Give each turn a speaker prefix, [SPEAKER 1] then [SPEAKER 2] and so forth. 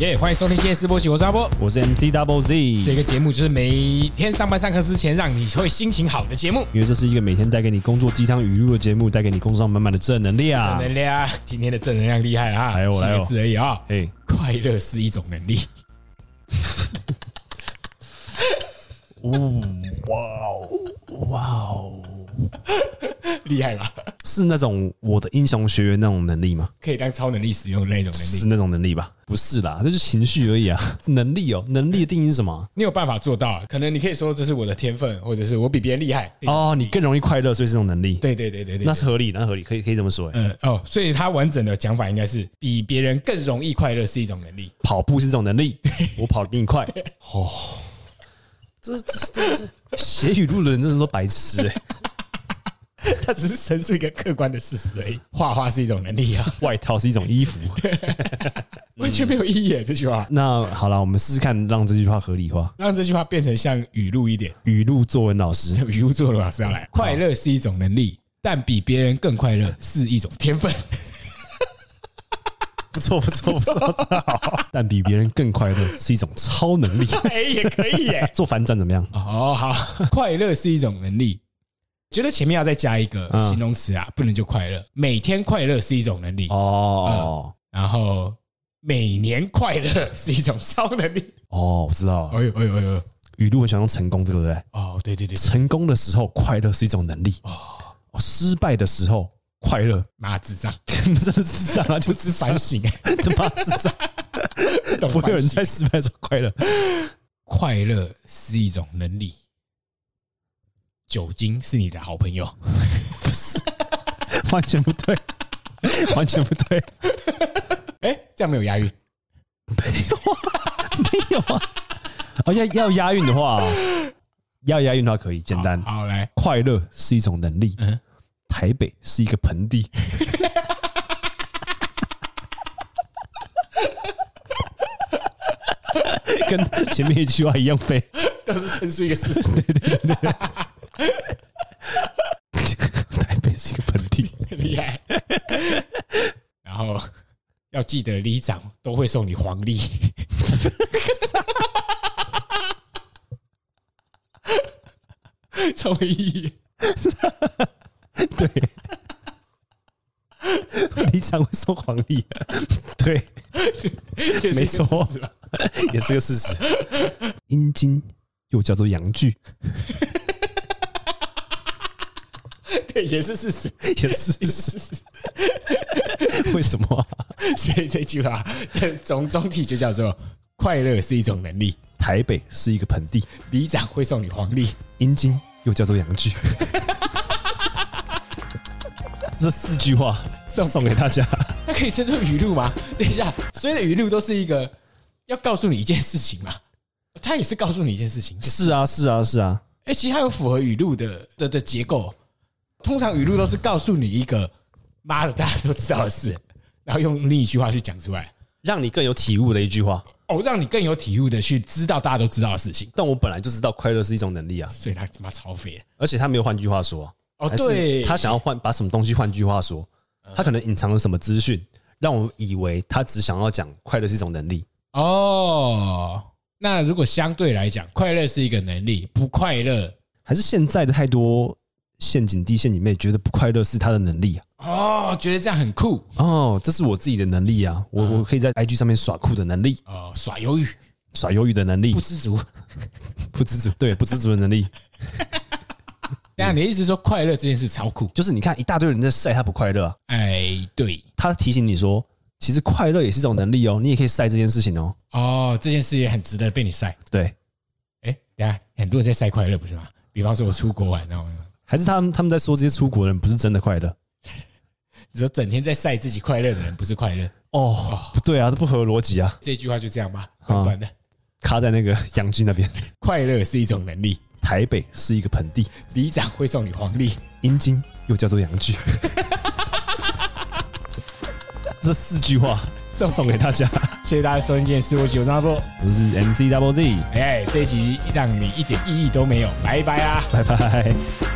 [SPEAKER 1] 耶欢迎收听《今天私播起》，我是阿波。
[SPEAKER 2] 我是 MC Double Z，
[SPEAKER 1] 这
[SPEAKER 2] 因
[SPEAKER 1] 个节目就是每天上班上课之前让你会心情好的节目。
[SPEAKER 2] 为这是一个每天带给你工作鸡汤语录的节目，带给你工作上满满的正能量。
[SPEAKER 1] 正能量，今天的正能量厉害啊！
[SPEAKER 2] 来哦
[SPEAKER 1] 七
[SPEAKER 2] 来哦
[SPEAKER 1] 个字而已啊。
[SPEAKER 2] 哎，
[SPEAKER 1] 快乐是一种能力，
[SPEAKER 2] 哦
[SPEAKER 1] 厉害吧？
[SPEAKER 2] 是那种我的英雄学员那种能力吗？
[SPEAKER 1] 可以当超能力使用的那种能力
[SPEAKER 2] 是。那种能力吧？不是啦，这就是情绪而已啊。能力哦，能力的定义是什么？
[SPEAKER 1] 你有办法做到啊？可能你可以说这是我的天分，或者是我比别人厉害。
[SPEAKER 2] 哦，你更容易快乐，所以是这种能力。，
[SPEAKER 1] 对对对对对
[SPEAKER 2] 那，是合理，那是合理，可以可以这么说。哎
[SPEAKER 1] 呃哦，所以他完整的讲法应该是比别人更容易快乐是一种能力。
[SPEAKER 2] 跑步是这种能力，我跑得比你快。 哦，这这这是写语录的人真的都白痴 哎。
[SPEAKER 1] 他只是陈述一个客观的事实而已。画画是一种能力啊，
[SPEAKER 2] 外套是一种衣服。
[SPEAKER 1] 完全没有意义耶这句话。
[SPEAKER 2] 那好了，我们试试看，让这句话合理化。
[SPEAKER 1] 让这句话变成像语录一点，
[SPEAKER 2] 语录作文老师，
[SPEAKER 1] 语录作文老师要来。快乐是一种能力，但比别人更快乐是一种天分。
[SPEAKER 2] 不错不错不错，真好。但比别人更快 乐是一种超能 力。
[SPEAKER 1] 哎，也可以耶。
[SPEAKER 2] 做反转怎么样？
[SPEAKER 1] 哦，好，快乐是一种能力。觉得前面要再加一个
[SPEAKER 2] 嗯
[SPEAKER 1] 形容词啊，不能就快乐。每天快乐是一种能力，
[SPEAKER 2] 哦
[SPEAKER 1] 然后每年快乐是一种超能力。
[SPEAKER 2] 哦，我知道了。
[SPEAKER 1] 哎呦哎呦哎呦！
[SPEAKER 2] 语录很喜欢用成功这个，对不对？
[SPEAKER 1] 哦，对对对，
[SPEAKER 2] 成功的时候快乐是一种能力，哦失败的时候快乐
[SPEAKER 1] 妈智 障，
[SPEAKER 2] 真的是智障啊，就
[SPEAKER 1] 只
[SPEAKER 2] 是
[SPEAKER 1] 反省，
[SPEAKER 2] 他妈智障，
[SPEAKER 1] 不懂
[SPEAKER 2] 不会有
[SPEAKER 1] 反
[SPEAKER 2] 人
[SPEAKER 1] 省
[SPEAKER 2] 在失败的时候快乐。
[SPEAKER 1] 快乐是一种能力，酒精是你的好朋 友。
[SPEAKER 2] 完全不 对，完全不对，
[SPEAKER 1] 哎，这样没有押韵，
[SPEAKER 2] 没有啊。哦，要要押韵的话哦，要押韵的话可以简单。
[SPEAKER 1] 好来，
[SPEAKER 2] 快乐是一种能力，台北是一个盆 地。跟前面一句话一样废，
[SPEAKER 1] 都是陈述一个事实，
[SPEAKER 2] 台北是一个盆地。
[SPEAKER 1] 很厉害。 然后要记得，里长都会送你黄 历。超没意义，
[SPEAKER 2] 对，李长会送黄历，对，
[SPEAKER 1] 也是一个
[SPEAKER 2] 错
[SPEAKER 1] 事实吧
[SPEAKER 2] 也是个事实。阴茎又叫做阳具，
[SPEAKER 1] 对，也是事实，
[SPEAKER 2] 也是
[SPEAKER 1] 也是事实。
[SPEAKER 2] 为什么啊、
[SPEAKER 1] 所以这句话的总总体就叫做“快乐是一种能力”。
[SPEAKER 2] 台北是一个盆地，
[SPEAKER 1] 里长会送你黄历，
[SPEAKER 2] 阴茎又叫做阳具。 这四句话
[SPEAKER 1] 送
[SPEAKER 2] 送给大家。
[SPEAKER 1] 那可以称作语录吗？ 等一下，所有的语录都是一个要告诉你一件事情嘛，它也是告诉你一件事情。
[SPEAKER 2] 是啊，是啊，是啊，
[SPEAKER 1] 哎、其实它有符合语录的的的结构。通常语录都是告诉你一个妈的大家都知道的事，然后用另一句话去讲出来，
[SPEAKER 2] 让你更有体悟的一句话。
[SPEAKER 1] 哦，让你更有体悟的去知道大家都知道的事情。
[SPEAKER 2] 但我本来就知道快乐是一种能力啊，
[SPEAKER 1] 所以他他妈超废的。
[SPEAKER 2] 而且他没有换句话说啊。
[SPEAKER 1] 哦
[SPEAKER 2] 还是
[SPEAKER 1] 对
[SPEAKER 2] 他想要换把什么东西换句话说，他可能隐藏了什么资讯，让我以为他只想要讲快乐是一种能力。
[SPEAKER 1] 哦，那如果相对来讲，快乐是一个能力，不快乐
[SPEAKER 2] 还是现在的太多陷阱弟、陷阱妹觉得不快乐是他的能力啊？
[SPEAKER 1] 哦，觉得这样很酷
[SPEAKER 2] 哦，这是我自己的能力啊，我我可以在 IG 上面耍酷的能力，
[SPEAKER 1] 哦，耍鱿鱼
[SPEAKER 2] 耍鱿鱼的能力
[SPEAKER 1] 不，知足。
[SPEAKER 2] 不知足，对，不知足的能力，
[SPEAKER 1] 那啊你的意思是说快乐这件事超酷？
[SPEAKER 2] 就是你看一大堆人在晒他不快乐啊、
[SPEAKER 1] 哎，对
[SPEAKER 2] 他提醒你说，其实快乐也是一种能力哦，你也可以晒这件事情哦。
[SPEAKER 1] 哦，这件事也很值得被你晒。
[SPEAKER 2] 对，
[SPEAKER 1] 哎，等一下很多人在晒快乐不是吗？比方说我出国玩，然后
[SPEAKER 2] 还是他们他们在说这些出国人不是真的快乐
[SPEAKER 1] 你说整天在晒自己快乐的人不是快乐，
[SPEAKER 2] 哦，不对啊，这不合逻辑啊，
[SPEAKER 1] 这句话就这样吧，短短的。
[SPEAKER 2] 卡在 那个杨军那边。
[SPEAKER 1] 快乐是一种能力，
[SPEAKER 2] 台北是一个盆地，
[SPEAKER 1] 里长会送你黄历，
[SPEAKER 2] 阴茎又叫做阳具。 这四句话
[SPEAKER 1] 送
[SPEAKER 2] 送给大家，
[SPEAKER 1] 谢谢大家收听今天的《我喜我张阿波》。
[SPEAKER 2] 我是 MC Double Z，
[SPEAKER 1] 哎，这一集让你一点意义都没有，拜拜啊！
[SPEAKER 2] 拜拜。